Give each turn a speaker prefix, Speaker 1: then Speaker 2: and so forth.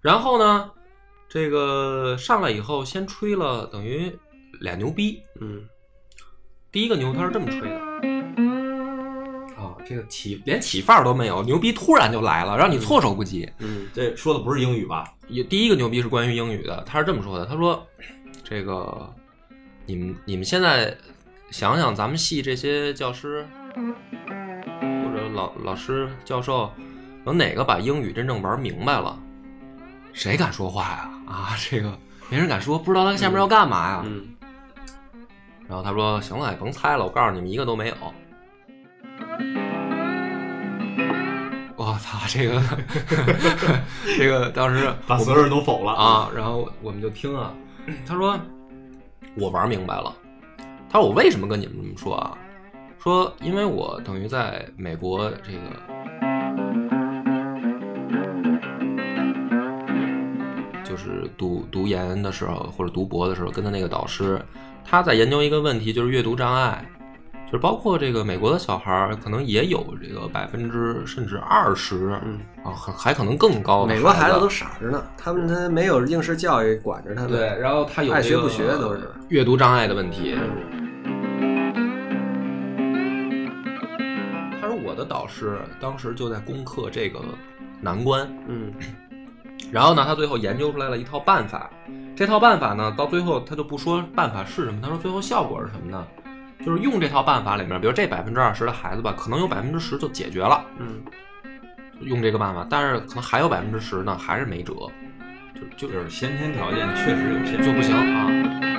Speaker 1: 然后呢，这个上来以后先吹了等于俩牛逼，
Speaker 2: 嗯，
Speaker 1: 第一个牛他是这么吹的，啊，这个起连起范儿都没有，牛逼突然就来了，让你措手不及。
Speaker 2: 嗯
Speaker 3: 这说的不是英语吧？
Speaker 1: 也第一个牛逼是关于英语的，他是这么说的，他说：“这个你们你们现在想想，咱们系这些教师或者老老师教授，有哪个把英语真正玩明白了？谁敢说话呀？啊，这个没人敢说，不知道他下面要干嘛呀。
Speaker 2: 嗯
Speaker 1: 然后他说：“行了，也甭猜了，我告诉你们，一个都没有。”我操，这个 这个当时
Speaker 3: 把所有人都否了！
Speaker 1: 啊，然后我们就听啊，
Speaker 2: 嗯
Speaker 1: 他说我玩明白了，他说我为什么跟你们这么说啊？说因为我等于在美国这个，就是读读研的时候或者读博的时候，跟他那个导师，他在研究一个问题，就是阅读障碍。就是包括这个美国的小孩儿，可能也有这个百分之甚至二十、
Speaker 2: 嗯
Speaker 1: 啊，还还可能更哦高的
Speaker 2: 美国
Speaker 1: 孩
Speaker 2: 孩子都傻着呢，他们他没有应试教育管着他们。
Speaker 1: 对，然后他有
Speaker 2: 爱
Speaker 1: 这
Speaker 2: 学
Speaker 1: 个嗯
Speaker 2: 不学都是嗯
Speaker 1: 阅读障碍的问题。
Speaker 3: 嗯
Speaker 1: 他说我的导师当时就在攻克这个难关，
Speaker 2: 嗯
Speaker 1: 然后呢，他最后研究出来了一套办法。这套办法呢，到最后他就不说办法是什么，他说最后效果是什么呢？就是用这套办法里面，比如这百分之二十的孩子吧，可能有百分之十就解决了，
Speaker 2: 嗯
Speaker 1: 用这个办法，但是可能还有百分之十呢，还是没辙，就就
Speaker 3: 就是先天条件确实有限。
Speaker 1: 就不行啊。